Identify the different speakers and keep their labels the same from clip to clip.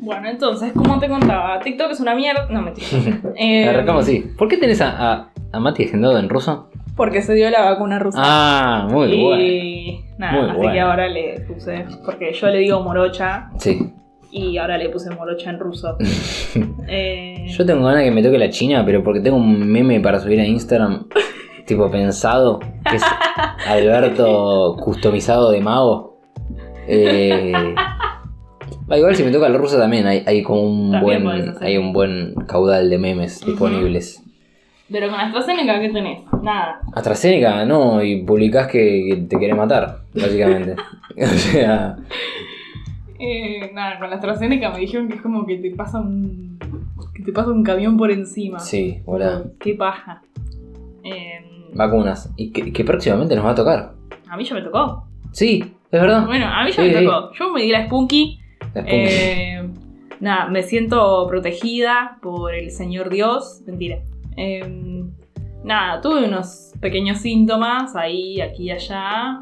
Speaker 1: Bueno, entonces, como te contaba, TikTok es una mierda. No, mentira. Eh,
Speaker 2: Arrancamos así. ¿Por qué tenés a, a, a Mati agendado en ruso?
Speaker 1: Porque se dio la vacuna rusa.
Speaker 2: Ah, muy bueno.
Speaker 1: y nada,
Speaker 2: Muy
Speaker 1: así
Speaker 2: bueno.
Speaker 1: que ahora le puse. Porque yo le digo morocha
Speaker 2: Sí.
Speaker 1: y ahora le puse morocha en ruso. Eh,
Speaker 2: Yo tengo ganas de que me toque la China, pero porque tengo un meme para subir a Instagram, tipo pensado, que es Alberto customizado de mago. Eh, va, igual si me toca el ruso también, hay, hay como un
Speaker 1: También podés
Speaker 2: buen
Speaker 1: hacer.
Speaker 2: hay un buen caudal de memes
Speaker 1: Ujú.
Speaker 2: disponibles.
Speaker 1: Pero con AstraZeneca, ¿qué tenés? Nada.
Speaker 2: AstraZeneca, no, y publicás que te quiere matar, básicamente. o sea,
Speaker 1: Eh, nada, con la AstraZeneca me dijeron que es como que te pasa un. que te pasa un camión por encima.
Speaker 2: sí, hola.
Speaker 1: Qué paja. Eh,
Speaker 2: Vacunas. Y que, que próximamente nos va a tocar.
Speaker 1: a mí ya me tocó.
Speaker 2: Sí, es verdad.
Speaker 1: Bueno, a mí ya
Speaker 2: Sí,
Speaker 1: me
Speaker 2: sí.
Speaker 1: tocó. Yo me di la Spunky.
Speaker 2: La espuma.
Speaker 1: Eh, nada, me siento protegida por el Señor Dios. Mentira. Eh, nada, tuve unos pequeños síntomas ahí, aquí y allá.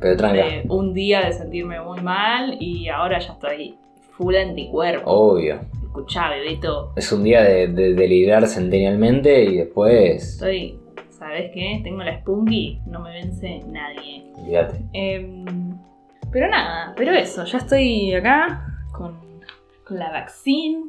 Speaker 2: pero tranca.
Speaker 1: de un día de sentirme muy mal y ahora ya estoy full anticuerpo.
Speaker 2: Obvio.
Speaker 1: Escuchá, bebito.
Speaker 2: Es un día de, de delirar centenialmente y después.
Speaker 1: Estoy, ¿sabes qué? Tengo la Spunky, no me vence nadie.
Speaker 2: Olvídate.
Speaker 1: Em, pero nada, pero eso, ya estoy acá con, con la vaccine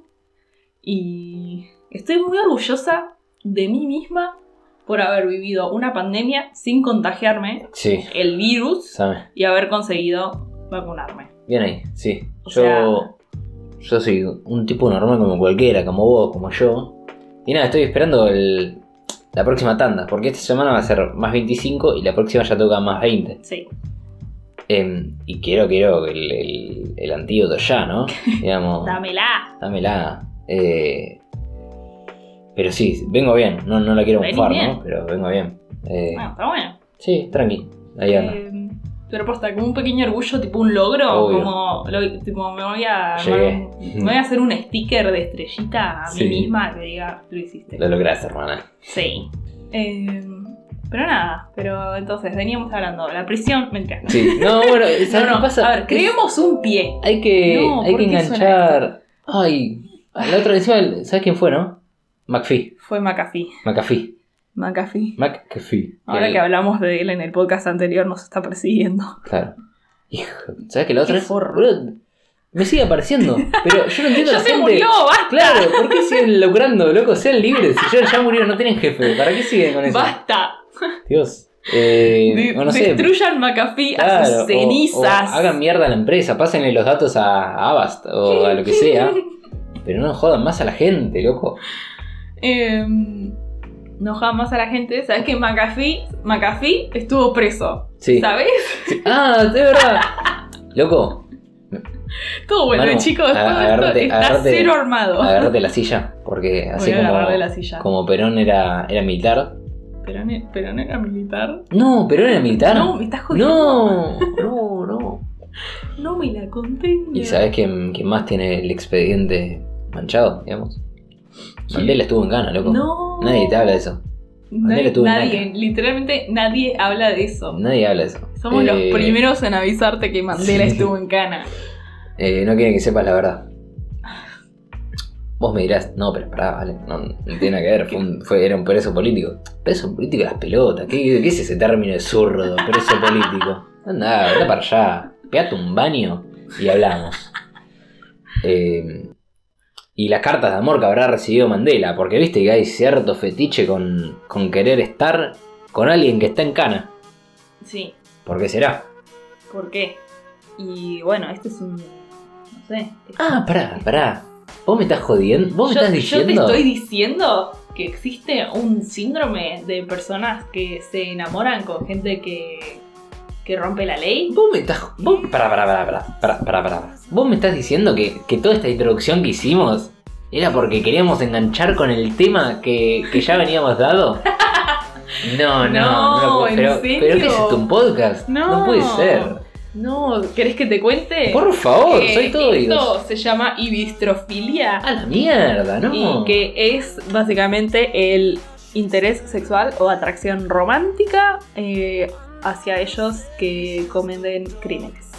Speaker 1: y estoy muy orgullosa de mí misma por haber vivido una pandemia sin contagiarme
Speaker 2: Sí,
Speaker 1: el virus
Speaker 2: sabe.
Speaker 1: y haber conseguido vacunarme.
Speaker 2: Bien ahí, sí.
Speaker 1: O
Speaker 2: Yo.
Speaker 1: sea-
Speaker 2: Yo soy un tipo normal como cualquiera, como vos, como yo. Y nada, estoy esperando el- la próxima tanda, porque esta semana va a ser más 25 y la próxima ya toca más 20.
Speaker 1: Sí,
Speaker 2: Em, y quiero, quiero el, el- el antídoto ya, ¿no? Digamos.
Speaker 1: dámela.
Speaker 2: Dámela. Eh, pero sí, vengo bien. No, no la quiero
Speaker 1: Venís
Speaker 2: bufar,
Speaker 1: bien.
Speaker 2: ¿no? Pero vengo bien. Eh,
Speaker 1: Bueno, está bueno.
Speaker 2: Sí, tranqui. Ahí anda.
Speaker 1: Em, pero posta, como un pequeño orgullo, tipo un logro,
Speaker 2: Obvio.
Speaker 1: como lo- tipo, me voy a armar
Speaker 2: Llegué.
Speaker 1: un- me voy a hacer un sticker de estrellita a
Speaker 2: Sí.
Speaker 1: mí misma que diga, lo hiciste.
Speaker 2: Lo lograste, hermana.
Speaker 1: Sí. Eh, pero nada, pero entonces veníamos hablando de la prisión. Mentira.
Speaker 2: Sí. No, bueno, ¿sabes
Speaker 1: No,
Speaker 2: qué
Speaker 1: no,
Speaker 2: pasa?
Speaker 1: A ver, creemos un pie.
Speaker 2: Hay que,
Speaker 1: No,
Speaker 2: hay
Speaker 1: ¿por
Speaker 2: que
Speaker 1: qué suena
Speaker 2: enganchar. Ay, la otra encima, el- ¿sabes quién fue, no? McPhee.
Speaker 1: Fue McAfee.
Speaker 2: McAfee.
Speaker 1: McAfee.
Speaker 2: McAfee. Eh,
Speaker 1: Ahora
Speaker 2: El-
Speaker 1: que hablamos de él en el podcast anterior, nos está persiguiendo.
Speaker 2: Claro. Hijo, ¿sabes qué? La otra
Speaker 1: Qué
Speaker 2: es.
Speaker 1: forro.
Speaker 2: boludo, Me sigue apareciendo. Pero yo no entiendo
Speaker 1: ¡Ya
Speaker 2: la
Speaker 1: se
Speaker 2: gente-
Speaker 1: murió! ¡Basta!
Speaker 2: Claro, ¿por qué siguen logrando, loco? Sean libres. Si ya, ya murieron, no tienen jefe. ¿Para qué siguen con eso?
Speaker 1: ¡Basta!
Speaker 2: Dios. Eh,
Speaker 1: De-
Speaker 2: no, no sé.
Speaker 1: destruyan McAfee a
Speaker 2: Claro,
Speaker 1: sus
Speaker 2: o-
Speaker 1: cenizas.
Speaker 2: o hagan mierda a la empresa, pásenle los datos a a Avast o a lo que sea. Pero no jodan más a la gente, loco.
Speaker 1: Eh, no jodan más a la gente. ¿Sabes que McAfee, McAfee estuvo preso?
Speaker 2: Sí.
Speaker 1: ¿Sabes?
Speaker 2: sí. Ah, es verdad. Loco,
Speaker 1: Todo bueno,
Speaker 2: Manu,
Speaker 1: chicos.
Speaker 2: a-
Speaker 1: todo
Speaker 2: agárrate-
Speaker 1: esto está
Speaker 2: agárrate-
Speaker 1: cero armado.
Speaker 2: agárrate la silla. Porque así
Speaker 1: Voy a agarrar de
Speaker 2: como,
Speaker 1: la silla.
Speaker 2: como Perón era, era militar.
Speaker 1: Perón, e- Perón era militar.
Speaker 2: No, Perón era militar.
Speaker 1: No, me estás jodiendo.
Speaker 2: no, no. no.
Speaker 1: No, me la conté.
Speaker 2: ¿Y sabes quién, quién más tiene el expediente manchado, digamos? Mandela estuvo en Ghana, loco.
Speaker 1: No.
Speaker 2: Nadie te habla de eso. Mandela
Speaker 1: Nadie,
Speaker 2: estuvo en
Speaker 1: nadie,
Speaker 2: Nike.
Speaker 1: literalmente nadie habla de eso.
Speaker 2: Nadie habla de eso.
Speaker 1: Somos los
Speaker 2: Eh,
Speaker 1: primeros en avisarte que Mandela
Speaker 2: sí.
Speaker 1: estuvo en Cana.
Speaker 2: Eh, no quieren que sepas la verdad. Vos me dirás, no, pero pará, vale, no, no tiene nada que ver, fue un- fue- era un preso político. Preso político las pelotas, ¿qué, qué es ese término de zurdo, preso político? Anda, anda para allá, pegate un baño y hablamos. Eh, y las cartas de amor que habrá recibido Mandela, porque viste que hay cierto fetiche con, con querer estar con alguien que está en cana.
Speaker 1: Sí,
Speaker 2: ¿Por qué será?
Speaker 1: ¿por qué? Y bueno, este es un. No sé.
Speaker 2: Ah, pará, pará. ¿Vos me estás jodiendo? ¿Vos me
Speaker 1: yo,
Speaker 2: estás
Speaker 1: yo
Speaker 2: diciendo?
Speaker 1: te estoy diciendo que existe un síndrome de personas que se enamoran con gente que, que rompe la ley.
Speaker 2: Vos me estás. Vos, pará, pará, pará, pará, pará, pará, pará. Vos me estás diciendo que, que toda esta introducción que hicimos era porque queríamos enganchar con el tema que, que ya veníamos dado. No, no,
Speaker 1: No,
Speaker 2: lo puedo-
Speaker 1: ¿en
Speaker 2: pero,
Speaker 1: serio?
Speaker 2: pero ¿qué es esto? ¿Un podcast?
Speaker 1: No.
Speaker 2: puede ser.
Speaker 1: No, ¿querés que te cuente?
Speaker 2: Por favor,
Speaker 1: que
Speaker 2: soy todo oídos.
Speaker 1: Eh, Esto se llama ibistrofilia.
Speaker 2: A la mierda, Ah, ¿no?
Speaker 1: Y que es básicamente el interés sexual o atracción romántica eh, hacia ellos que cometen crímenes.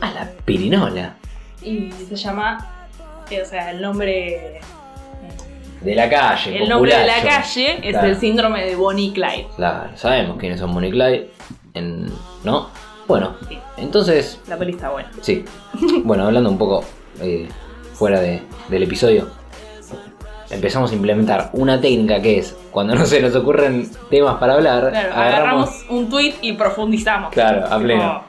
Speaker 2: A la pirinola.
Speaker 1: Y se llama eh, O sea, el nombre.
Speaker 2: De la calle,
Speaker 1: El nombre de la
Speaker 2: populacho.
Speaker 1: calle es
Speaker 2: Claro.
Speaker 1: el síndrome de Bonnie y Clyde.
Speaker 2: Claro, sabemos quiénes son Bonnie y Clyde, en- ¿no? Bueno,
Speaker 1: Sí.
Speaker 2: entonces,
Speaker 1: La peli está buena.
Speaker 2: sí. Bueno, hablando un poco eh, fuera de- del episodio, empezamos a implementar una técnica que es, cuando no se nos ocurren temas para hablar,
Speaker 1: Claro,
Speaker 2: agarramos...
Speaker 1: agarramos un tweet y profundizamos.
Speaker 2: Claro, a pleno.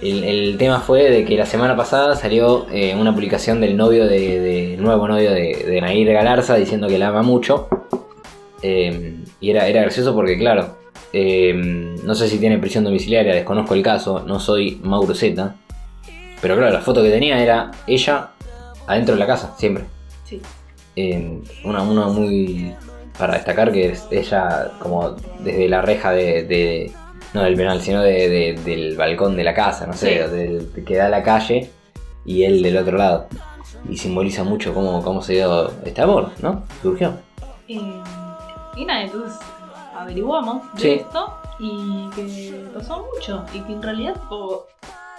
Speaker 1: Tipo,
Speaker 2: El, el tema fue de que la semana pasada salió eh, una publicación del novio de, de- nuevo novio de, de Nair Galarza diciendo que la ama mucho. Eh, y era, era gracioso porque, claro, eh, no sé si tiene prisión domiciliaria, desconozco el caso, no soy Mauro Zeta. Pero claro, la foto que tenía era ella adentro de la casa, siempre.
Speaker 1: Sí.
Speaker 2: Eh, una, una muy. para destacar que es ella, como desde la reja de. de- no del penal, sino de- de- del balcón de la casa, no sé,
Speaker 1: Sí.
Speaker 2: del- que da a la calle y él del otro lado. Y simboliza mucho cómo, cómo se dio este amor, ¿no? Surgió.
Speaker 1: eh, y nada, entonces averiguamos de
Speaker 2: Sí.
Speaker 1: esto y que pasó mucho. Y que en realidad fue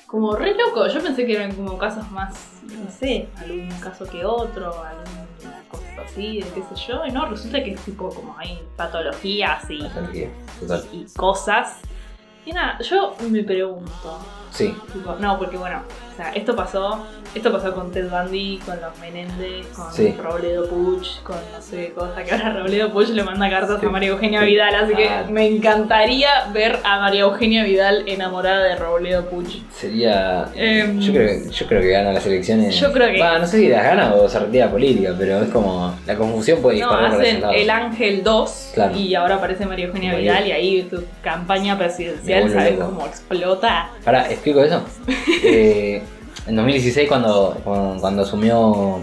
Speaker 1: como re loco. Yo pensé que eran como casos más, no sé, algún caso que otro, alguna cosa así, de qué sé yo. Y no, resulta que es tipo como hay patologías y,
Speaker 2: Total.
Speaker 1: y cosas. Y nada, yo me pregunto,
Speaker 2: Sí,
Speaker 1: Tipo, no, porque bueno, o sea, esto pasó, esto pasó con Ted Bundy, con los Menéndez, con
Speaker 2: Sí.
Speaker 1: Robledo Puch, con no sé cosa que ahora Robledo Puch le manda cartas
Speaker 2: Sí.
Speaker 1: a María Eugenia
Speaker 2: Sí.
Speaker 1: Vidal, así
Speaker 2: Ah.
Speaker 1: que me encantaría ver a María Eugenia Vidal enamorada de Robledo Puch.
Speaker 2: sería.
Speaker 1: Em,
Speaker 2: Yo creo, yo creo que gana las elecciones.
Speaker 1: Yo creo que-
Speaker 2: Va, no sé si las gana o se retira política, pero es como. La confusión puede
Speaker 1: No,
Speaker 2: disparar para ese
Speaker 1: hacen
Speaker 2: lado.
Speaker 1: El Ángel 2
Speaker 2: Claro.
Speaker 1: y ahora aparece María Eugenia
Speaker 2: María.
Speaker 1: Vidal y ahí tu campaña presidencial,
Speaker 2: Me vuelvo
Speaker 1: ¿sabes
Speaker 2: loco.
Speaker 1: cómo explota?
Speaker 2: Pará, explico eso. Eh, en 2016, cuando, cuando, cuando asumió,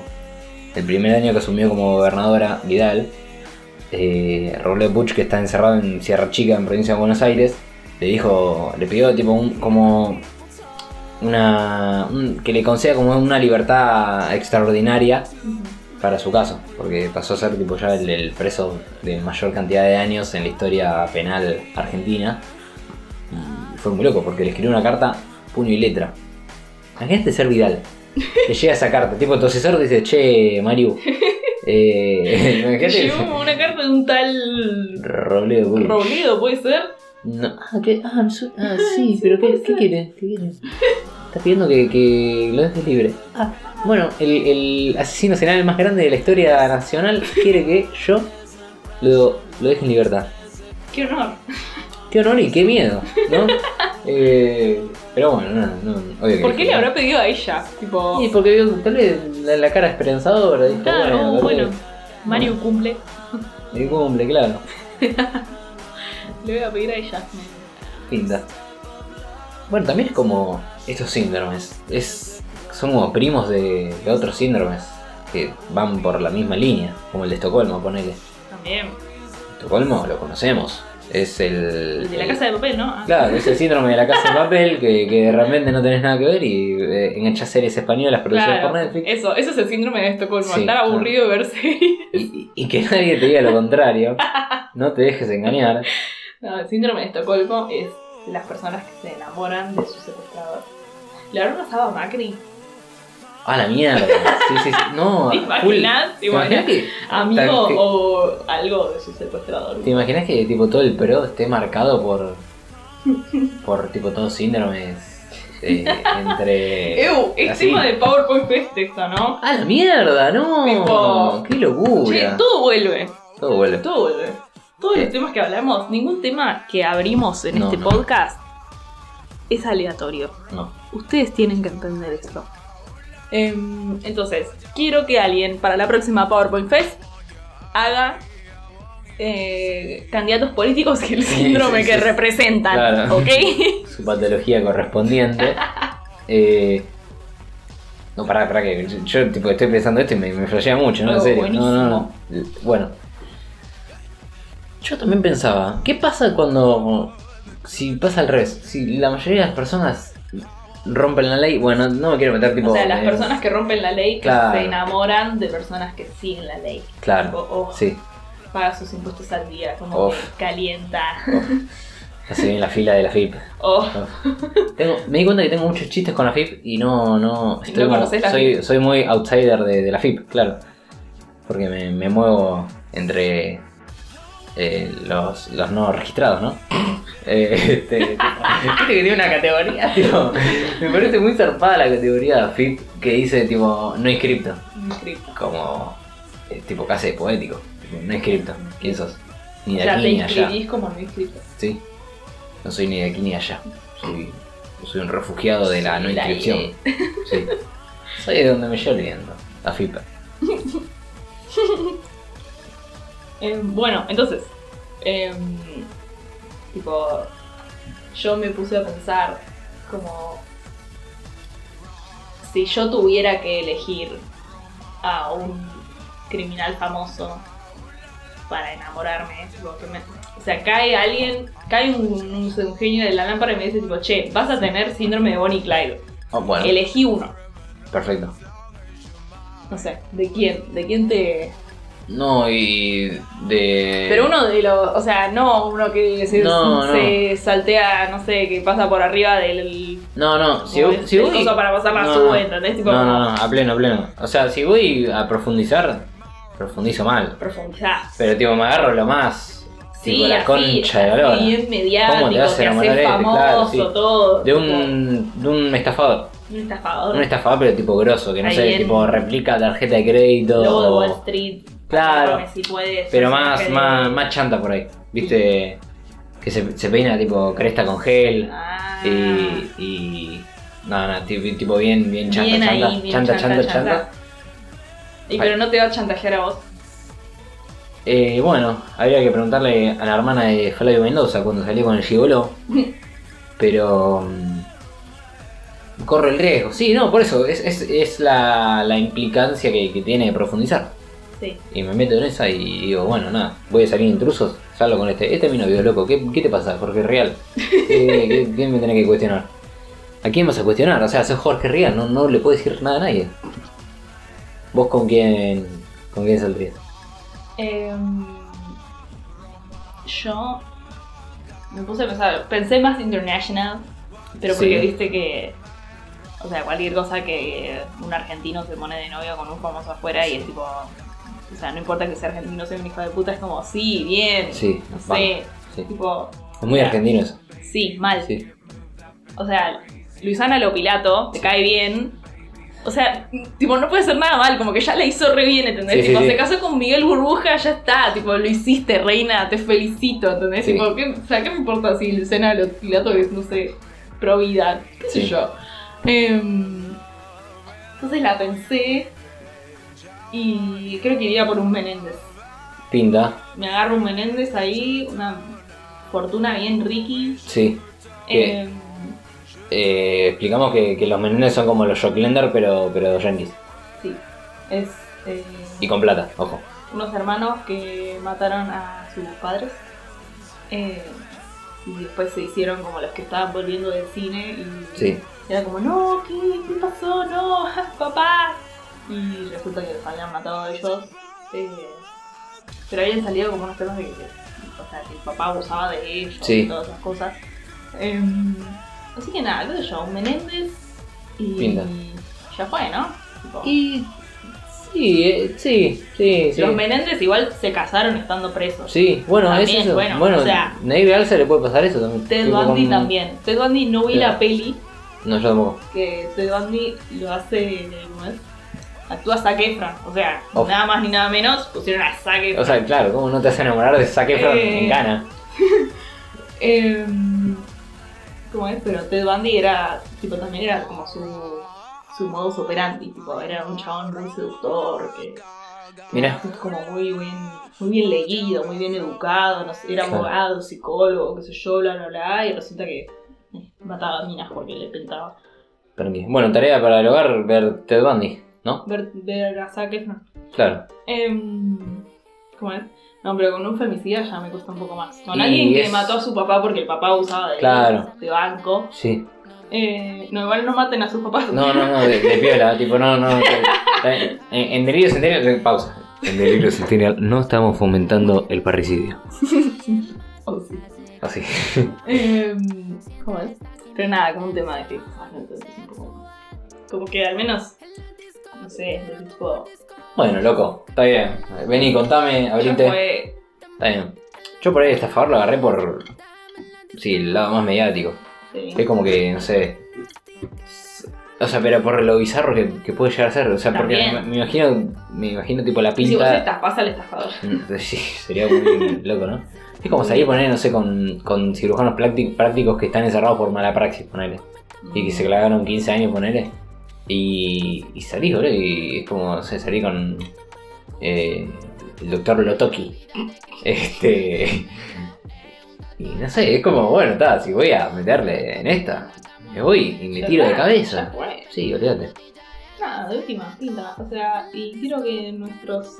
Speaker 2: el primer año que asumió como gobernadora Vidal, eh, Robledo Puch, que está encerrado en Sierra Chica, en provincia de Buenos Aires, le dijo, le pidió tipo un, como una, un- que le conceda como una libertad extraordinaria para su caso, porque pasó a ser tipo ya el, el preso de mayor cantidad de años en la historia penal argentina. Y fue muy loco, porque le escribió una carta, puño y letra. Imagínate ser Vidal. Le llega esa carta, tipo tu asesor dice, che, Mario. Eh, imagínate.
Speaker 1: Llegó una carta de un tal
Speaker 2: Robledo Puch.
Speaker 1: Robledo, ¿puede ser?
Speaker 2: No. Ah, ¿qué? Ah, su- ah, sí,
Speaker 1: Sí,
Speaker 2: pero
Speaker 1: puede
Speaker 2: ¿qué, qué
Speaker 1: ser.
Speaker 2: quiere? ¿Qué quiere? Está pidiendo que, que lo dejes libre. Ah, bueno, el, el asesino serial más grande de la historia nacional quiere que yo lo, lo deje en libertad.
Speaker 1: ¡Qué honor!
Speaker 2: Qué honor y qué miedo, ¿no? Eh, pero bueno, no, no, obvio que
Speaker 1: ¿Por qué le
Speaker 2: no.
Speaker 1: habrá pedido a ella? Tipo,
Speaker 2: Sí, porque vio tal vez la, la cara esperanzadora. Dijo,
Speaker 1: Claro,
Speaker 2: bueno,
Speaker 1: bueno.
Speaker 2: tal
Speaker 1: Mario cumple,
Speaker 2: vez- y cumple, claro.
Speaker 1: le voy a pedir a ella.
Speaker 2: Pinta. Bueno, también es como estos síndromes. Es, son como primos de, de otros síndromes que van por la misma línea, como el de Estocolmo, ponele.
Speaker 1: También.
Speaker 2: Estocolmo lo conocemos. Es el.
Speaker 1: De la casa de papel, ¿no? Ah,
Speaker 2: Claro, es el síndrome de la casa de papel que, que realmente no tenés nada que ver y eh, enganchás series españolas producidas
Speaker 1: claro.
Speaker 2: por Netflix
Speaker 1: Eso, eso es el síndrome de Estocolmo,
Speaker 2: Sí,
Speaker 1: estar
Speaker 2: claro.
Speaker 1: aburrido de ver series.
Speaker 2: y, y que nadie te diga lo contrario. No te dejes engañar.
Speaker 1: No, el síndrome de Estocolmo es las personas que se enamoran de su secuestrador. ¿Le habrá pasado a Macri?
Speaker 2: A la mierda. Sí, sí, sí. No,
Speaker 1: ¿Te
Speaker 2: full.
Speaker 1: imaginas? ¿Te
Speaker 2: ¿Te imaginas
Speaker 1: imaginas?
Speaker 2: que
Speaker 1: Amigo
Speaker 2: que-
Speaker 1: o algo de su secuestrador.
Speaker 2: ¿Te imaginas que tipo todo el pro esté marcado por. por tipo todos síndromes eh, entre.
Speaker 1: Ew, es
Speaker 2: así?
Speaker 1: tema de PowerPoint Fest esto, ¿no?
Speaker 2: ¡Ah, la mierda! ¡No!
Speaker 1: Tipo-
Speaker 2: ¡Qué locura!
Speaker 1: Che, todo vuelve.
Speaker 2: Todo vuelve.
Speaker 1: Todo vuelve. Todos
Speaker 2: Eh.
Speaker 1: los temas que hablamos, ningún tema que abrimos en
Speaker 2: No,
Speaker 1: este
Speaker 2: no.
Speaker 1: podcast es aleatorio.
Speaker 2: No.
Speaker 1: Ustedes tienen que entender esto. Em, entonces, quiero que alguien para la próxima PowerPoint Fest haga eh, candidatos políticos que el
Speaker 2: Sí,
Speaker 1: síndrome
Speaker 2: sí, sí,
Speaker 1: que
Speaker 2: sí.
Speaker 1: representan,
Speaker 2: Claro.
Speaker 1: ¿ok?
Speaker 2: Su patología correspondiente. Eh, no, pará, pará, que yo, yo, tipo estoy pensando esto y me, me flashea mucho, ¿no?
Speaker 1: Oh,
Speaker 2: en serio.
Speaker 1: buenísimo.
Speaker 2: No, no, no. Bueno. Yo también pensaba, ¿qué pasa cuando. si pasa al revés? Si la mayoría de las personas rompen la ley, bueno, no me quiero meter tipo.
Speaker 1: o sea, las
Speaker 2: eh,
Speaker 1: personas que rompen la ley
Speaker 2: claro.
Speaker 1: se enamoran de personas que siguen la ley. O,
Speaker 2: Claro,
Speaker 1: o
Speaker 2: sí.
Speaker 1: pagan sus impuestos al día, como que
Speaker 2: Uf.
Speaker 1: calienta.
Speaker 2: Así en la fila de la FIP.
Speaker 1: O
Speaker 2: Oh. Tengo, me di cuenta que tengo muchos chistes con la FIP y no, no.
Speaker 1: No conocés la
Speaker 2: soy,
Speaker 1: FIP.
Speaker 2: soy muy outsider de, de la FIP, claro. Porque me, me muevo entre eh, los, los no registrados, ¿no? Eh, este, tipo,
Speaker 1: que tiene una categoría.
Speaker 2: tipo, me parece muy zarpada la categoría FIP que dice tipo no inscripto.
Speaker 1: Inscripto.
Speaker 2: Como eh, tipo casi de poético. tipo, no inscripto. ¿Quién sos? Ni
Speaker 1: O
Speaker 2: de
Speaker 1: sea,
Speaker 2: aquí
Speaker 1: te
Speaker 2: ni de allá.
Speaker 1: inscribís como no inscrito.
Speaker 2: Sí. No soy ni de aquí ni de allá. Soy, soy un refugiado de la no inscripción. Sí. Soy de donde me llevo viendo. La FIPA.
Speaker 1: Eh, bueno, entonces, em, tipo, yo me puse a pensar como si yo tuviera que elegir a un criminal famoso para enamorarme, tipo, que me- o sea, cae alguien, cae un, un, un genio de la lámpara y me dice tipo, che, vas a tener síndrome de Bonnie y Clyde.
Speaker 2: Oh, bueno,
Speaker 1: Elegí uno,
Speaker 2: perfecto.
Speaker 1: no sé, ¿de quién? ¿De quién te...?
Speaker 2: No, y de...
Speaker 1: Pero uno de los, o sea, no uno que se,
Speaker 2: Eh, No, no.
Speaker 1: se saltea, no sé, que pasa por arriba del...
Speaker 2: No, no, si
Speaker 1: como
Speaker 2: voy...
Speaker 1: del-
Speaker 2: Si
Speaker 1: del
Speaker 2: voy-
Speaker 1: coso para pasar la
Speaker 2: no,
Speaker 1: sube,
Speaker 2: no.
Speaker 1: ¿entendés? Tipo,
Speaker 2: No, no, no, a pleno, a pleno. O sea, si voy a profundizar, profundizo mal.
Speaker 1: profundizar.
Speaker 2: Pero tipo, me agarro lo más...
Speaker 1: Sí,
Speaker 2: tipo, la
Speaker 1: así,
Speaker 2: concha de la
Speaker 1: así,
Speaker 2: lora.
Speaker 1: bien mediático,
Speaker 2: ¿Cómo te vas a
Speaker 1: te
Speaker 2: enamorar
Speaker 1: haces
Speaker 2: de este?
Speaker 1: famoso,
Speaker 2: Claro, sí.
Speaker 1: todo.
Speaker 2: De
Speaker 1: tipo,
Speaker 2: un, de un estafador.
Speaker 1: un estafador.
Speaker 2: Un estafador, pero tipo grosso, que no
Speaker 1: Ahí
Speaker 2: sé,
Speaker 1: viene.
Speaker 2: tipo replica tarjeta de crédito.
Speaker 1: Lobo de
Speaker 2: o-
Speaker 1: Wall Street.
Speaker 2: Claro.
Speaker 1: Llámame Si puedes,
Speaker 2: Pero
Speaker 1: así
Speaker 2: más,
Speaker 1: que-
Speaker 2: más, más chanta por ahí. Viste, que se, se peina tipo cresta con gel.
Speaker 1: Ah,
Speaker 2: Y. y no, no, tipo, tipo bien, bien chanta,
Speaker 1: bien
Speaker 2: chanta,
Speaker 1: ahí, bien
Speaker 2: chanta, chanta, chanta.
Speaker 1: Y pero no te va a chantajear a vos.
Speaker 2: Eh, bueno, habría que preguntarle a la hermana de Flavio Mendoza cuando salió con el gigolo. pero. mm, corre el riesgo. Sí, no, por eso. Es, es, es la, la implicancia que, que tiene profundizar.
Speaker 1: Sí.
Speaker 2: Y me meto en esa y digo, bueno, nada, voy a salir intrusos, salgo con este. Este vino video loco, ¿qué, qué te pasa, Jorge Real? ¿Qué, qué- qué me tenés que cuestionar? ¿A quién vas a cuestionar? O sea, sos Jorge Real, no, no le puedes decir nada a nadie. ¿Vos con quién, con quién saldrías?
Speaker 1: Em, yo me puse a pensar, pensé más international, pero porque
Speaker 2: Sí.
Speaker 1: viste que, o sea, cualquier cosa que un argentino se pone de novio con un famoso afuera y es tipo, o sea, no importa que sea argentino, sea un hijo de puta, es como, sí, bien,
Speaker 2: Sí,
Speaker 1: no sé,
Speaker 2: banco, sí.
Speaker 1: tipo,
Speaker 2: Es muy argentino eso.
Speaker 1: sí, mal.
Speaker 2: Sí.
Speaker 1: O sea, Luisana Lopilato, te cae bien. O sea, tipo, no puede ser nada mal, como que ya la hizo re bien, ¿entendés?
Speaker 2: Sí, sí,
Speaker 1: tipo,
Speaker 2: sí.
Speaker 1: se casó con Miguel Burbuja, ya está, tipo, lo hiciste, reina, te felicito, ¿entendés?
Speaker 2: Sí.
Speaker 1: Tipo, ¿qué, o sea, ¿qué me importa si Luisana Lopilato es, no sé, pro vida, qué sé
Speaker 2: Sí.
Speaker 1: yo? Em, entonces la pensé y creo que iría por un Menéndez.
Speaker 2: Pinta,
Speaker 1: Me agarro un Menéndez ahí, una fortuna bien Ricky.
Speaker 2: sí. Bien.
Speaker 1: Em,
Speaker 2: Eh, explicamos que, que los menenes son como los Jocklender, pero, pero yankees.
Speaker 1: Sí, es eh,
Speaker 2: Y con plata, ojo.
Speaker 1: unos hermanos que mataron a sus padres eh, y después se hicieron como los que estaban volviendo del cine y
Speaker 2: Sí.
Speaker 1: era como, no, ¿qué, qué pasó? No, papá. Y resulta que los habían matado a ellos. eh, pero habían salido como unos temas de que, o sea, que el papá abusaba de ellos
Speaker 2: Sí.
Speaker 1: y todas esas cosas. Em, así que nada, qué sé yo, un Menéndez y
Speaker 2: Pinta.
Speaker 1: ya fue, ¿no? Tipo-
Speaker 2: Y. Sí, eh, sí, sí, sí.
Speaker 1: Los Menéndez igual se casaron estando presos.
Speaker 2: Sí, bueno,
Speaker 1: También,
Speaker 2: es eso.
Speaker 1: bueno,
Speaker 2: Bueno,
Speaker 1: o sea-
Speaker 2: Navy Alza le puede pasar eso también.
Speaker 1: Ted
Speaker 2: Tipo,
Speaker 1: Bundy
Speaker 2: con-
Speaker 1: también. Ted Bundy no vi
Speaker 2: Claro.
Speaker 1: la peli
Speaker 2: No, yo tampoco.
Speaker 1: que Ted Bundy lo hace. ¿cómo es? Actúa Zac Efron. O sea,
Speaker 2: Of.
Speaker 1: nada más ni nada menos pusieron a Zac Efron.
Speaker 2: Oh. O sea, claro, ¿cómo no te vas a enamorar de Zac Efron
Speaker 1: Eh.
Speaker 2: en Ghana?
Speaker 1: Em, ¿Cómo es? Pero Ted Bundy era. Tipo, también era como su. Su modus operandi. Tipo, era un chabón muy seductor. Que,
Speaker 2: Mirá.
Speaker 1: Como muy bien. Muy bien leído, muy bien educado, no sé, era
Speaker 2: Claro.
Speaker 1: abogado, psicólogo, qué sé yo, bla, bla, bla, y resulta que eh, mataba minas porque le pintaba.
Speaker 2: Pero que- Bueno, tarea para el hogar, ver Ted Bundy, ¿no?
Speaker 1: ver, ver a Zac Efron.
Speaker 2: Claro.
Speaker 1: Em, ¿Cómo es? No, pero con un femicida ya me cuesta un poco más. Con
Speaker 2: Y
Speaker 1: alguien que
Speaker 2: es-
Speaker 1: mató a su papá porque el papá usaba de,
Speaker 2: Claro.
Speaker 1: de banco.
Speaker 2: Sí.
Speaker 1: Eh, no, igual no maten a sus papás.
Speaker 2: No, no, no, de, de piola, tipo, no, no. te- en, en delirio centenial, eh, pausa. En delirio centenial no estamos fomentando el parricidio.
Speaker 1: Oh, sí.
Speaker 2: Así.
Speaker 1: Em, ¿Cómo es? Pero nada, como un tema de que. bueno, entonces un poco- Como que al menos. No sé, es de tipo.
Speaker 2: Bueno, loco, está bien. Vení, contame,
Speaker 1: ya
Speaker 2: abrite.
Speaker 1: fue.
Speaker 2: Está bien. Yo por ahí estafador lo agarré por. Sí, el lado más mediático.
Speaker 1: sí.
Speaker 2: Es como que, no sé. O sea, pero por lo bizarro que, que puede llegar a ser. O sea, porque me,
Speaker 1: También.
Speaker 2: me imagino. Me imagino tipo la
Speaker 1: Y si vos
Speaker 2: pinta.
Speaker 1: estafás al estafador.
Speaker 2: Mm, Sí, sería muy loco, ¿no? Es como salir, poner, no sé, con, con cirujanos prácti- prácticos que están encerrados por mala praxis, ponele. Y que se clavaron 15 años, ponele. Y, y salís, boludo, y es como, no sé, salí con eh, el doctor Lotoki. Este... Y no sé, es como, bueno, está, si voy a meterle en esta, me voy y me
Speaker 1: Ya
Speaker 2: tiro de
Speaker 1: está,
Speaker 2: cabeza.
Speaker 1: ya fue.
Speaker 2: Sí, olvídate.
Speaker 1: Nada, de última, pinta. O sea, y quiero que nuestros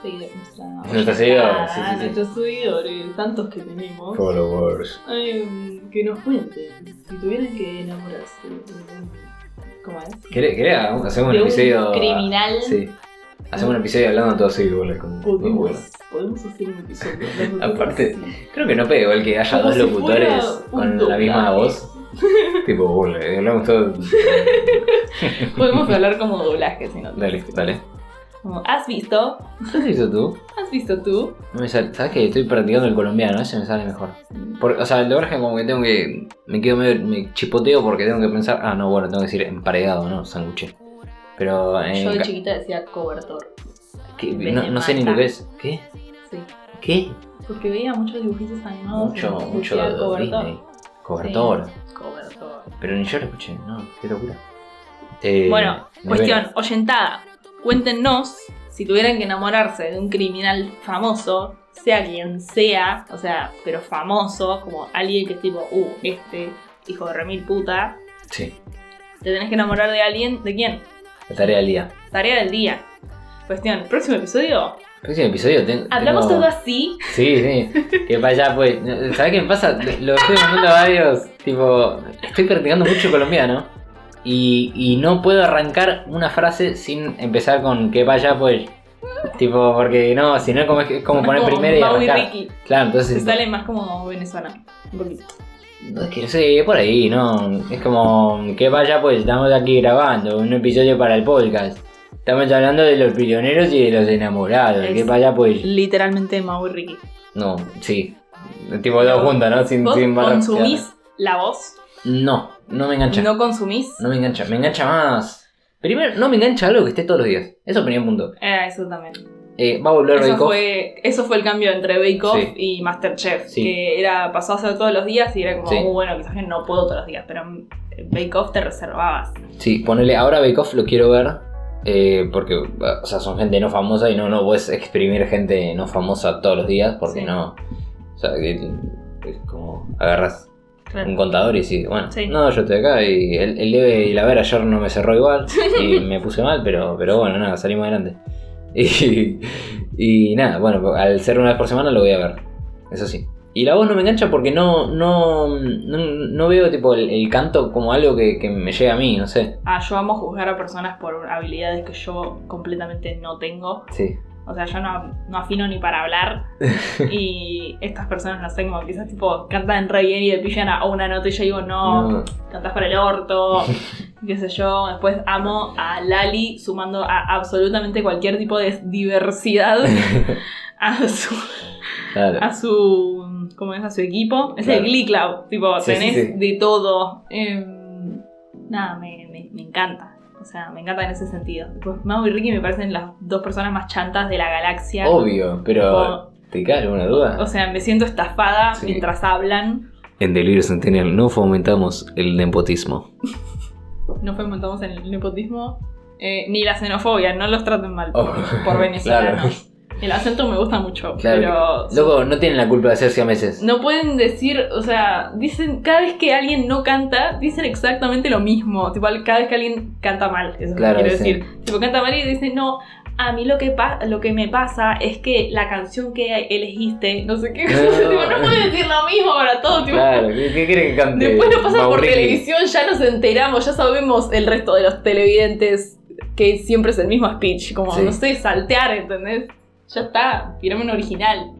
Speaker 1: seguidores, nuestra-
Speaker 2: Nuestros seguidores, sí, sí, sí.
Speaker 1: nuestros seguidores, tantos que tenemos,
Speaker 2: Followers.
Speaker 1: em, que nos cuenten si tuvieran que enamorarse. de un- ¿Cómo es?
Speaker 2: ¿Querés, querés hacer un
Speaker 1: de un
Speaker 2: episodio?
Speaker 1: criminal.
Speaker 2: Sí. Hacemos un episodio hablando todo así, boludo. como- muy bueno.
Speaker 1: Podemos, podemos hacer un episodio. hablando de
Speaker 2: Aparte,
Speaker 1: cosas así.
Speaker 2: Creo que no pegó el que haya
Speaker 1: Como
Speaker 2: dos
Speaker 1: si
Speaker 2: locutores
Speaker 1: fuera
Speaker 2: con
Speaker 1: un
Speaker 2: la misma
Speaker 1: doblaje.
Speaker 2: voz. tipo, boludo, hablamos todo.
Speaker 1: Podemos hablar como doblaje, si no. te
Speaker 2: Dale,
Speaker 1: parece.
Speaker 2: dale.
Speaker 1: Como, ¿has visto?
Speaker 2: ¿Qué has visto tú?
Speaker 1: ¿Has visto tú?
Speaker 2: No me sale- ¿Sabes que Estoy practicando el colombiano, ese me sale mejor. Por- o sea, el doblaje como que tengo que. Me quedo medio. Me chipoteo porque tengo que pensar. Ah, no, bueno, tengo que decir emparedado, ¿no? Sanguche. Pero. eh,
Speaker 1: Yo de
Speaker 2: ca-
Speaker 1: chiquita decía cobertor.
Speaker 2: que-
Speaker 1: en vez
Speaker 2: no,
Speaker 1: de
Speaker 2: no sé ni lo
Speaker 1: mata.
Speaker 2: que es. ¿Qué?
Speaker 1: Sí.
Speaker 2: ¿Qué?
Speaker 1: Porque veía muchos dibujitos animados.
Speaker 2: mucho,
Speaker 1: y
Speaker 2: mucho.
Speaker 1: decía cobertor.
Speaker 2: Disney. Cobertor.
Speaker 1: Cobertor.
Speaker 2: Pero ni yo lo escuché, no, qué locura. Eh,
Speaker 1: Bueno,
Speaker 2: de
Speaker 1: cuestión,
Speaker 2: veras.
Speaker 1: oyentada. Cuéntenos si tuvieran que enamorarse de un criminal famoso, sea quien sea, o sea, pero famoso, como alguien que es tipo, uh, este hijo de remil puta,
Speaker 2: Sí,
Speaker 1: te tenés que enamorar de alguien, ¿de quién?
Speaker 2: la tarea del día.
Speaker 1: Tarea del día. Cuestión, próximo episodio,
Speaker 2: Próximo episodio ten-
Speaker 1: hablamos
Speaker 2: tengo-
Speaker 1: todo así.
Speaker 2: Sí, sí. Que vaya, pues. ¿Sabes qué me pasa? Lo estoy mandando a varios. Tipo, estoy practicando mucho colombiano. Y, y no puedo arrancar una frase sin empezar con que vaya, pues. Tipo, porque no, si no como es, es como
Speaker 1: más
Speaker 2: poner
Speaker 1: como
Speaker 2: primero y
Speaker 1: Mau y
Speaker 2: arrancar.
Speaker 1: Ricky.
Speaker 2: Claro,
Speaker 1: Te
Speaker 2: entonces.
Speaker 1: sale más como venezolano. Un poquito.
Speaker 2: Es que sí, por ahí, ¿no? Es como que vaya, pues estamos aquí grabando un episodio para el podcast. Estamos hablando de los prisioneros y de los enamorados.
Speaker 1: Es-
Speaker 2: Que vaya, pues.
Speaker 1: Literalmente Mau y Ricky.
Speaker 2: No, sí. Tipo dos juntos, ¿no? Sin,
Speaker 1: ¿Vos
Speaker 2: sin barra-
Speaker 1: consumís la voz?
Speaker 2: No, no me engancha. No.
Speaker 1: ¿No consumís?
Speaker 2: me engancha. Me engancha más. Primero, no me engancha algo que esté todos los días. Eso primer punto.
Speaker 1: Eh, eso también.
Speaker 2: Eh, va a volver
Speaker 1: Eso
Speaker 2: Bake Off.
Speaker 1: fue, eso fue el cambio entre Bake Off
Speaker 2: Sí.
Speaker 1: y Masterchef,
Speaker 2: Sí.
Speaker 1: que era, pasó a ser todos los días y era como,
Speaker 2: Sí.
Speaker 1: "Uh, bueno, quizás que no puedo todos los días, pero mm, Bake Off te reservabas.
Speaker 2: Sí, ponele. Ahora Bake Off lo quiero ver. eh, porque, o sea, son gente no famosa y no, no puedes exprimir gente no famosa todos los días porque
Speaker 1: Sí.
Speaker 2: no. O sea, que- es como agarras
Speaker 1: Claro.
Speaker 2: un contador y decís, bueno,
Speaker 1: Sí.
Speaker 2: no, yo estoy acá y el, el leve y la ver ayer no me cerró igual y me puse mal, pero, pero bueno, nada, salimos adelante. Y, y nada, bueno, pues, al ser una vez por semana lo voy a ver, eso sí. Y la voz no me engancha porque no no, no, no veo tipo el, el canto como algo que, que me llega a mí, no sé.
Speaker 1: Ah, yo amo juzgar a personas por habilidades que yo completamente no tengo.
Speaker 2: Sí.
Speaker 1: O sea, yo no, no afino ni para hablar. y estas personas, no sé, como quizás tipo cantan re bien y le pillan a una nota y yo digo, no,
Speaker 2: No.
Speaker 1: cantás para el orto, qué sé yo. Después amo a Lali sumando a absolutamente cualquier tipo de diversidad a su,
Speaker 2: Claro.
Speaker 1: a su, ¿cómo es? A su equipo. Es
Speaker 2: Claro.
Speaker 1: el Glee Club, tipo,
Speaker 2: Sí, sí,
Speaker 1: tenés
Speaker 2: sí.
Speaker 1: de todo. Eh, nada, me, me- me encanta. O sea, me encanta en ese sentido. Después, Mau y Ricky me parecen las dos personas más chantas de la galaxia.
Speaker 2: Obvio, pero ¿te cae alguna duda?
Speaker 1: Oh. O sea, me siento estafada
Speaker 2: Sí.
Speaker 1: mientras hablan.
Speaker 2: en Delirio Centennial no fomentamos el nepotismo.
Speaker 1: No fomentamos en el nepotismo. eh, ni la xenofobia, no los traten mal.
Speaker 2: Oh,
Speaker 1: por venezolanos. El acento me gusta mucho,
Speaker 2: Claro.
Speaker 1: pero
Speaker 2: Loco, no tienen la culpa de ser meses.
Speaker 1: no pueden decir, o sea, dicen cada vez que alguien no canta, dicen exactamente lo mismo. Tipo, al- cada vez que alguien canta mal, eso es
Speaker 2: Claro,
Speaker 1: lo que quiero
Speaker 2: sí.
Speaker 1: decir. Tipo, canta mal y dicen, no, a mí lo que, pa- lo que me pasa es que la canción que elegiste, no sé qué,
Speaker 2: No.
Speaker 1: tipo, no pueden decir lo mismo para todo, tipo.
Speaker 2: Claro, ¿qué, qué quieren que cante?
Speaker 1: Después lo pasan por
Speaker 2: Mauricio.
Speaker 1: televisión, ya nos enteramos, ya sabemos el resto de los televidentes que siempre es el mismo speech, como
Speaker 2: Sí.
Speaker 1: no sé, saltear, ¿entendés? Ya está, tirame un original.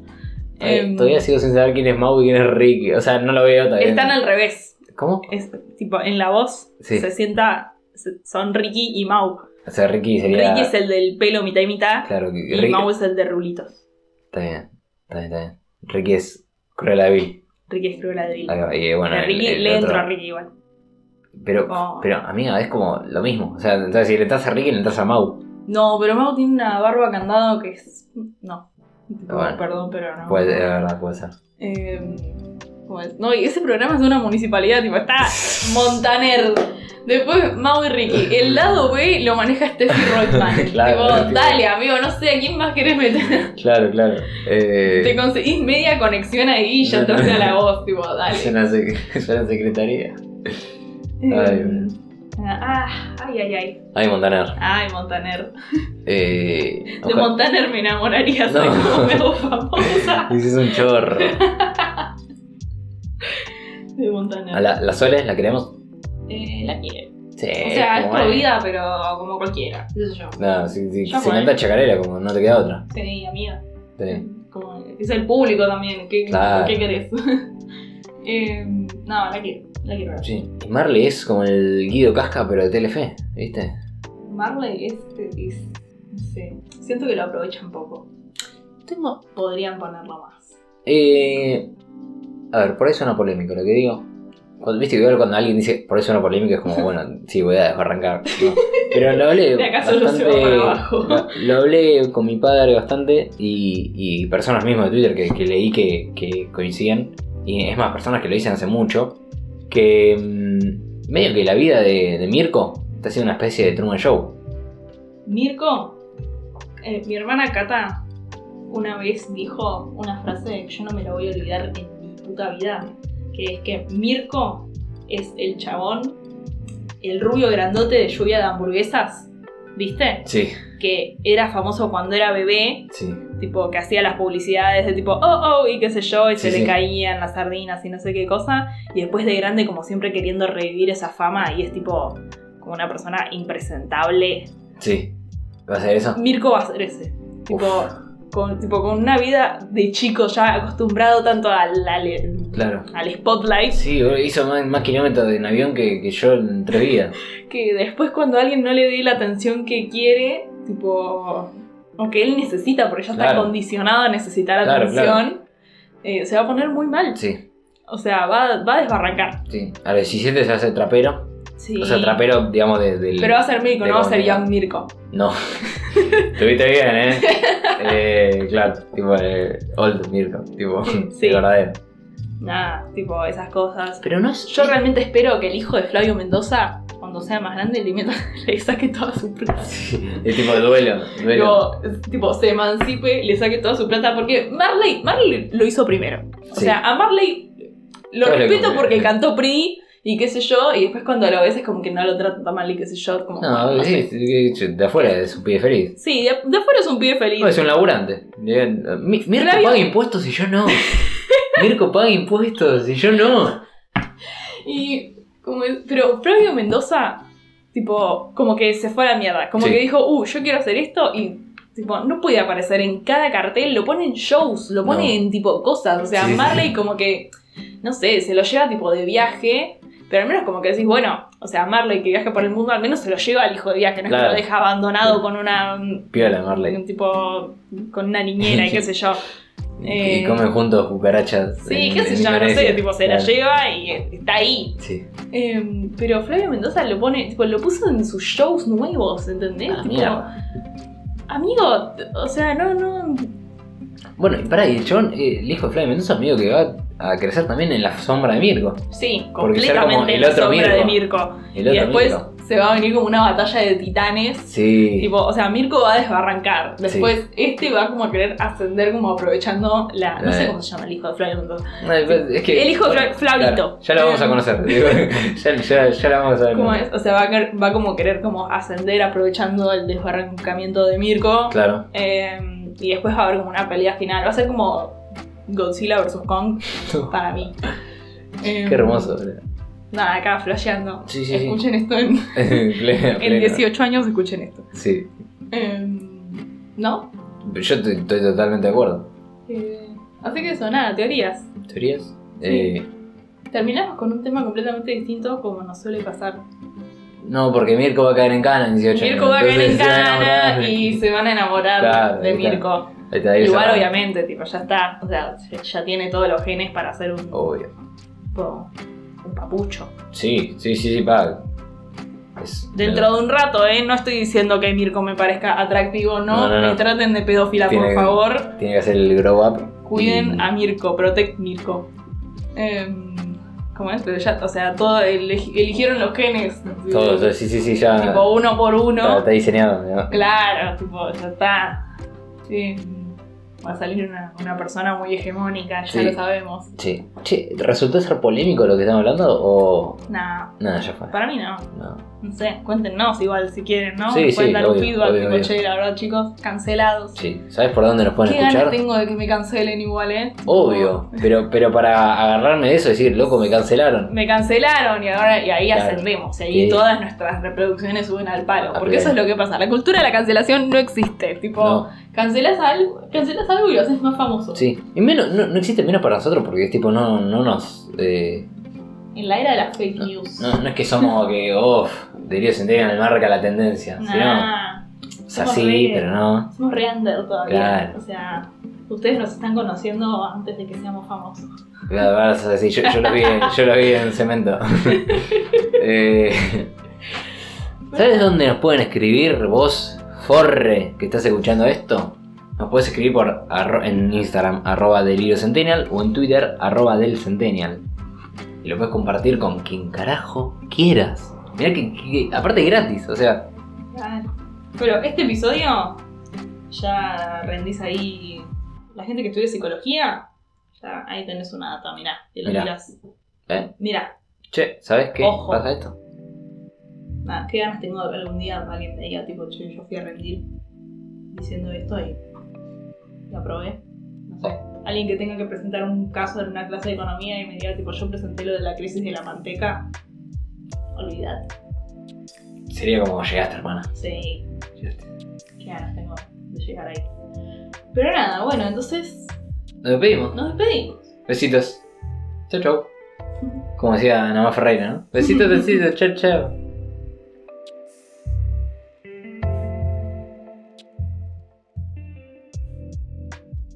Speaker 2: Eh,
Speaker 1: Em,
Speaker 2: todavía sigo sin saber quién es Mau y quién es Ricky. O sea, no lo veo todavía.
Speaker 1: están al revés.
Speaker 2: ¿Cómo?
Speaker 1: Es, tipo, en la voz
Speaker 2: Sí.
Speaker 1: se sienta. se- Son Ricky y Mau.
Speaker 2: O sea, Ricky sería.
Speaker 1: Ricky es el del pelo mitad y mitad.
Speaker 2: Claro, que
Speaker 1: Y
Speaker 2: Ricky.
Speaker 1: Mau es el de rulitos.
Speaker 2: Está bien, está bien, está bien. Ricky es Cruella de Vil.
Speaker 1: Ricky es Cruella de Vil.
Speaker 2: Ahí va, Y eh, bueno,
Speaker 1: A
Speaker 2: el-
Speaker 1: Ricky
Speaker 2: el
Speaker 1: le
Speaker 2: otro-
Speaker 1: entro a Ricky igual.
Speaker 2: Pero,
Speaker 1: Oh.
Speaker 2: pero, amiga, es como lo mismo. O sea, entonces si le entras a Ricky, le entras a Mau.
Speaker 1: No, pero Mau tiene una barba candado que es. No. Tipo,
Speaker 2: Bueno.
Speaker 1: Perdón, pero no.
Speaker 2: Puede, es verdad, puede ser.
Speaker 1: Eh, ¿cómo es? no, y ese programa es de una municipalidad, tipo, está Montaner. Después Mau y Ricky. El lado B lo maneja Steffi Rothman.
Speaker 2: Claro,
Speaker 1: Tipo,
Speaker 2: tipo-
Speaker 1: dale, amigo, no sé a quién más querés meter.
Speaker 2: Claro, claro. Eh,
Speaker 1: Te conseguís media conexión ahí y ya te hace la voz, tipo,
Speaker 2: es,
Speaker 1: dale.
Speaker 2: una sec- es una secretaría. Ay,
Speaker 1: Eh, ah, ay, ay, ay.
Speaker 2: Ay, Montaner.
Speaker 1: Ay, Montaner.
Speaker 2: Eh,
Speaker 1: De
Speaker 2: ojalá-
Speaker 1: Montaner me enamoraría, soy
Speaker 2: No.
Speaker 1: como me hago famosa.
Speaker 2: Dices un chorro.
Speaker 1: De Montaner.
Speaker 2: ¿A la, la Sole la queremos?
Speaker 1: Eh, la quiero.
Speaker 2: Sí.
Speaker 1: O sea, es
Speaker 2: como
Speaker 1: por
Speaker 2: es.
Speaker 1: vida, pero como cualquiera. Qué sé yo.
Speaker 2: No, si, si,
Speaker 1: Ya
Speaker 2: si
Speaker 1: fue.
Speaker 2: canta chacarera, como no te queda otra.
Speaker 1: Sí, amiga.
Speaker 2: Sí.
Speaker 1: Como, es el público también, ¿qué,
Speaker 2: Claro.
Speaker 1: ¿qué querés? Eh, no, la quiero, la quiero. ver.
Speaker 2: Sí. Y Marley es como el Guido Casca, pero de Telefe, ¿viste?
Speaker 1: Marley es, es- no sé, siento que lo aprovechan poco.
Speaker 2: Tengo
Speaker 1: Podrían ponerlo más.
Speaker 2: Eh, a ver, por ahí suena polémico lo que digo. Cuando, Viste que igual cuando alguien dice por ahí suena polémico es como, bueno, sí, voy a desbarrancar. ¿no? Pero lo hablé.
Speaker 1: De acá solo se va
Speaker 2: bastante-
Speaker 1: para abajo.
Speaker 2: Lo, lo hablé con mi padre bastante y, y personas mismas de Twitter que, que leí que, que coinciden. Y es más, personas que lo dicen hace mucho. Que mm, medio que la vida de, de Mirko está siendo una especie de Truman Show.
Speaker 1: Mirko, eh, mi hermana Cata una vez dijo una frase que yo no me la voy a olvidar en mi puta vida, que es que Mirko es el chabón, el rubio grandote de lluvia de hamburguesas, ¿viste?
Speaker 2: Sí,
Speaker 1: Que era famoso cuando era bebé
Speaker 2: sí.
Speaker 1: tipo que hacía las publicidades de tipo oh oh y qué sé yo y
Speaker 2: Sí,
Speaker 1: se
Speaker 2: sí.
Speaker 1: le caían las sardinas y no sé qué cosa y después de grande como siempre queriendo revivir esa fama y es tipo como una persona impresentable
Speaker 2: Sí. ¿Va a ser eso?
Speaker 1: Mirko va a ser ese tipo con, tipo con una vida de chico ya acostumbrado tanto al, al,
Speaker 2: Claro.
Speaker 1: al spotlight
Speaker 2: Sí, boludo, hizo más, más kilómetros en avión que, que yo en tres días.
Speaker 1: que después cuando alguien no le dé la atención que quiere tipo o que él necesita porque ya está
Speaker 2: Claro.
Speaker 1: condicionado a necesitar
Speaker 2: Claro,
Speaker 1: atención
Speaker 2: claro.
Speaker 1: eh, se va a poner muy mal
Speaker 2: Sí,
Speaker 1: O sea, va, va a desbarrancar.
Speaker 2: sí. A los 17 se hace trapero.
Speaker 1: Sí.
Speaker 2: O sea, trapero, digamos, de- del.
Speaker 1: Pero va a ser Mirko,
Speaker 2: de
Speaker 1: no va a ser
Speaker 2: comunidad.
Speaker 1: Young Mirko.
Speaker 2: No. Estuviste bien, ¿eh? eh claro, tipo, eh, old Mirko, tipo,
Speaker 1: Sí.
Speaker 2: el verdadero.
Speaker 1: Nada, tipo esas cosas.
Speaker 2: Pero no es.
Speaker 1: Yo realmente espero que el hijo de Flavio Mendoza, cuando sea más grande, le, meta- le saque toda su plata.
Speaker 2: Es tipo de duelo. duelo.
Speaker 1: Tipo, es- tipo, se emancipe, le saque toda su plata. Porque Marley, Marley lo hizo primero. O
Speaker 2: Sí.
Speaker 1: sea, a Marley lo
Speaker 2: Todo le
Speaker 1: respeto
Speaker 2: conviene.
Speaker 1: porque cantó PRI y qué sé yo. Y después cuando lo ves es como que no lo trata tan mal y qué sé yo. Como,
Speaker 2: No,
Speaker 1: no
Speaker 2: sí,
Speaker 1: sé.
Speaker 2: sí, sí, de afuera es un pibe feliz.
Speaker 1: Sí, de, de afuera es un pibe feliz.
Speaker 2: No, es un laburante. Bien, eh, Mi- Mirko
Speaker 1: Flavio-
Speaker 2: paga impuestos y yo no. Mirko paga impuestos y yo no.
Speaker 1: Y como es- pero Flavio Mendoza, tipo, como que se fue a la mierda. Como
Speaker 2: Sí.
Speaker 1: que dijo, uh, yo quiero hacer esto y tipo, no puede aparecer en cada cartel, lo pone en shows, lo pone
Speaker 2: No.
Speaker 1: en tipo cosas. O sea,
Speaker 2: Sí, sí,
Speaker 1: Marley
Speaker 2: sí.
Speaker 1: como que, no sé, se lo lleva tipo de viaje. Pero al menos como que decís, bueno, o sea, Marley que viaja por el mundo, al menos se lo lleva al hijo de viaje, no es que
Speaker 2: Claro.
Speaker 1: lo deja abandonado
Speaker 2: Sí.
Speaker 1: con una
Speaker 2: Piola, Marley.
Speaker 1: tipo con una niñera y qué sé yo.
Speaker 2: Y
Speaker 1: Eh,
Speaker 2: comen juntos cucarachas.
Speaker 1: Sí,
Speaker 2: en-
Speaker 1: qué sé
Speaker 2: en
Speaker 1: yo, no sé,
Speaker 2: Indonesia.
Speaker 1: tipo se la
Speaker 2: Claro.
Speaker 1: lleva y eh, está ahí.
Speaker 2: Sí.
Speaker 1: Em, pero Flavio Mendoza lo pone, tipo, lo puso en sus shows nuevos, ¿entendés?
Speaker 2: Ah,
Speaker 1: Tipo,
Speaker 2: mierda.
Speaker 1: amigo, t- o sea, no, no.
Speaker 2: Bueno, y pará, y el chabón, eh, el hijo de Flavio Mendoza, amigo que va a crecer también en la sombra de Mirko.
Speaker 1: Sí,
Speaker 2: Porque ser como
Speaker 1: completamente
Speaker 2: el
Speaker 1: la
Speaker 2: otro
Speaker 1: sombra de
Speaker 2: Mirko.
Speaker 1: Mirko.
Speaker 2: El
Speaker 1: Y
Speaker 2: otro
Speaker 1: después
Speaker 2: Mirko.
Speaker 1: se va a venir como una batalla de titanes.
Speaker 2: Sí.
Speaker 1: Tipo, o sea, Mirko va a desbarrancar. Después, este va como a querer ascender, como aprovechando la. No sé
Speaker 2: Eh.
Speaker 1: cómo se llama el hijo de Flavio Mendoza.
Speaker 2: No, es que-
Speaker 1: El hijo de Fla- Flavito.
Speaker 2: Claro, ya lo vamos a
Speaker 1: Em,
Speaker 2: conocer. digo, ya, ya, ya lo vamos a ver.
Speaker 1: ¿Cómo es? O sea, va a, querer- va como a querer como ascender aprovechando el desbarrancamiento de Mirko.
Speaker 2: Claro.
Speaker 1: Eh, y después va a haber como una pelea final. Va a ser como Godzilla vs. Kong para mí. Eh,
Speaker 2: Qué hermoso. boludo.
Speaker 1: Nada, acá flasheando.
Speaker 2: Sí, sí, sí.
Speaker 1: escuchen esto en,
Speaker 2: Pleno,
Speaker 1: en
Speaker 2: pleno.
Speaker 1: 18 años, escuchen esto.
Speaker 2: Sí.
Speaker 1: Eh, ¿No?
Speaker 2: Yo estoy, estoy totalmente de acuerdo.
Speaker 1: Eh, así que eso, nada, teorías.
Speaker 2: ¿Teorías? Eh,
Speaker 1: Terminamos con un tema completamente distinto, como nos suele pasar.
Speaker 2: No, porque Mirko va a caer en cana en 18 años.
Speaker 1: Mirko va a caer en
Speaker 2: entonces se va a
Speaker 1: cana
Speaker 2: enamorar.
Speaker 1: y se van a enamorar
Speaker 2: Claro,
Speaker 1: de
Speaker 2: ahí está.
Speaker 1: Mirko.
Speaker 2: Ahí está, ahí
Speaker 1: Igual,
Speaker 2: se va.
Speaker 1: obviamente, tipo, ya está. O sea, ya tiene todos los genes para hacer un,
Speaker 2: Obvio.
Speaker 1: tipo, un papucho.
Speaker 2: Sí, sí, sí, sí, pa. Es-
Speaker 1: Dentro de un rato, ¿eh? No estoy diciendo que Mirko me parezca atractivo, no.
Speaker 2: No, no, no.
Speaker 1: Me traten de pedófila,
Speaker 2: Tiene
Speaker 1: por
Speaker 2: que-
Speaker 1: favor.
Speaker 2: Tiene que hacer el grow up.
Speaker 1: Cuiden
Speaker 2: y-
Speaker 1: a Mirko, protect Mirko. Em, ¿Cómo es? Pero ya, o sea, todo el- eligieron los genes.
Speaker 2: Todo, todo, sí, sí, sí, ya.
Speaker 1: Tipo, uno por uno.
Speaker 2: está, está diseñado, ¿no?
Speaker 1: Claro, tipo, ya está. Sí. Va a salir una, una persona muy hegemónica, ya
Speaker 2: Sí.
Speaker 1: lo sabemos.
Speaker 2: Sí. Che, ¿resultó ser polémico lo que estamos hablando o.?
Speaker 1: Nah,
Speaker 2: Nada, ya fue.
Speaker 1: para mí no.
Speaker 2: No.
Speaker 1: No sé, cuéntenos igual si quieren, ¿no?
Speaker 2: Sí,
Speaker 1: Nos pueden
Speaker 2: sí,
Speaker 1: dar un
Speaker 2: obvio,
Speaker 1: feedback,
Speaker 2: obvio,
Speaker 1: tipo,
Speaker 2: obvio.
Speaker 1: che, la verdad, chicos, cancelados.
Speaker 2: Sí. ¿Sabes por dónde nos pueden
Speaker 1: Qué ganas
Speaker 2: escuchar?
Speaker 1: tengo de que me cancelen igual, ¿eh?
Speaker 2: Obvio, pero, pero para agarrarme de eso y decir, loco, me cancelaron.
Speaker 1: Me cancelaron y ahora y ahí
Speaker 2: Claro.
Speaker 1: ascendemos, y ahí
Speaker 2: Sí.
Speaker 1: todas nuestras reproducciones suben al palo.
Speaker 2: Ah,
Speaker 1: Porque
Speaker 2: bien.
Speaker 1: eso es lo que pasa. La cultura de la cancelación no existe. Tipo,
Speaker 2: No,
Speaker 1: cancelas algo, cancelas algo y lo haces más famoso.
Speaker 2: sí. Y menos, no, no existe menos para nosotros porque es tipo, no, no nos. eh,
Speaker 1: En la era de las fake news.
Speaker 2: no, no es que somos que, uff, diría sentir en el marca la tendencia. sino,
Speaker 1: Nah.
Speaker 2: o sea,
Speaker 1: somos
Speaker 2: sí,
Speaker 1: re-
Speaker 2: pero no.
Speaker 1: Somos re under todavía.
Speaker 2: Claro.
Speaker 1: O sea, ustedes nos están conociendo antes de que seamos famosos.
Speaker 2: La verdad es así, yo, yo lo vi, en- yo lo vi en cemento. Eh, ¿Sabes dónde nos pueden escribir vos, Forre, que estás escuchando esto? Nos puedes escribir por arro- en Instagram, arroba delirio centennial, o en Twitter, arroba del centennial. Y lo puedes compartir con quien carajo quieras. Mirá que, que- aparte gratis, o sea,
Speaker 1: Claro. Pero este episodio ya rendís ahí. La gente que estudia psicología, ya ahí tenés una data, mirá. Te lo
Speaker 2: Mirá.
Speaker 1: tirás.
Speaker 2: ¿eh?
Speaker 1: Mirá,
Speaker 2: Che, ¿sabes qué
Speaker 1: Ojo.
Speaker 2: pasa esto?
Speaker 1: nada, qué ganas tengo de que algún día alguien me diga, tipo, che, yo fui a rendir diciendo esto y lo aprobé. No sé. Alguien que tenga que presentar un caso en una clase de economía y me diga, tipo, yo presenté lo de la crisis de la manteca. Olvidate.
Speaker 2: Sería como llegaste, hermana.
Speaker 1: Sí,
Speaker 2: Llegaste.
Speaker 1: qué ganas tengo de llegar ahí. Pero nada, bueno, entonces
Speaker 2: Nos despedimos.
Speaker 1: nos despedimos.
Speaker 2: Besitos. Chau, chau. Como decía Namá Ferreira, ¿no? Besitos, besitos, chau, chau.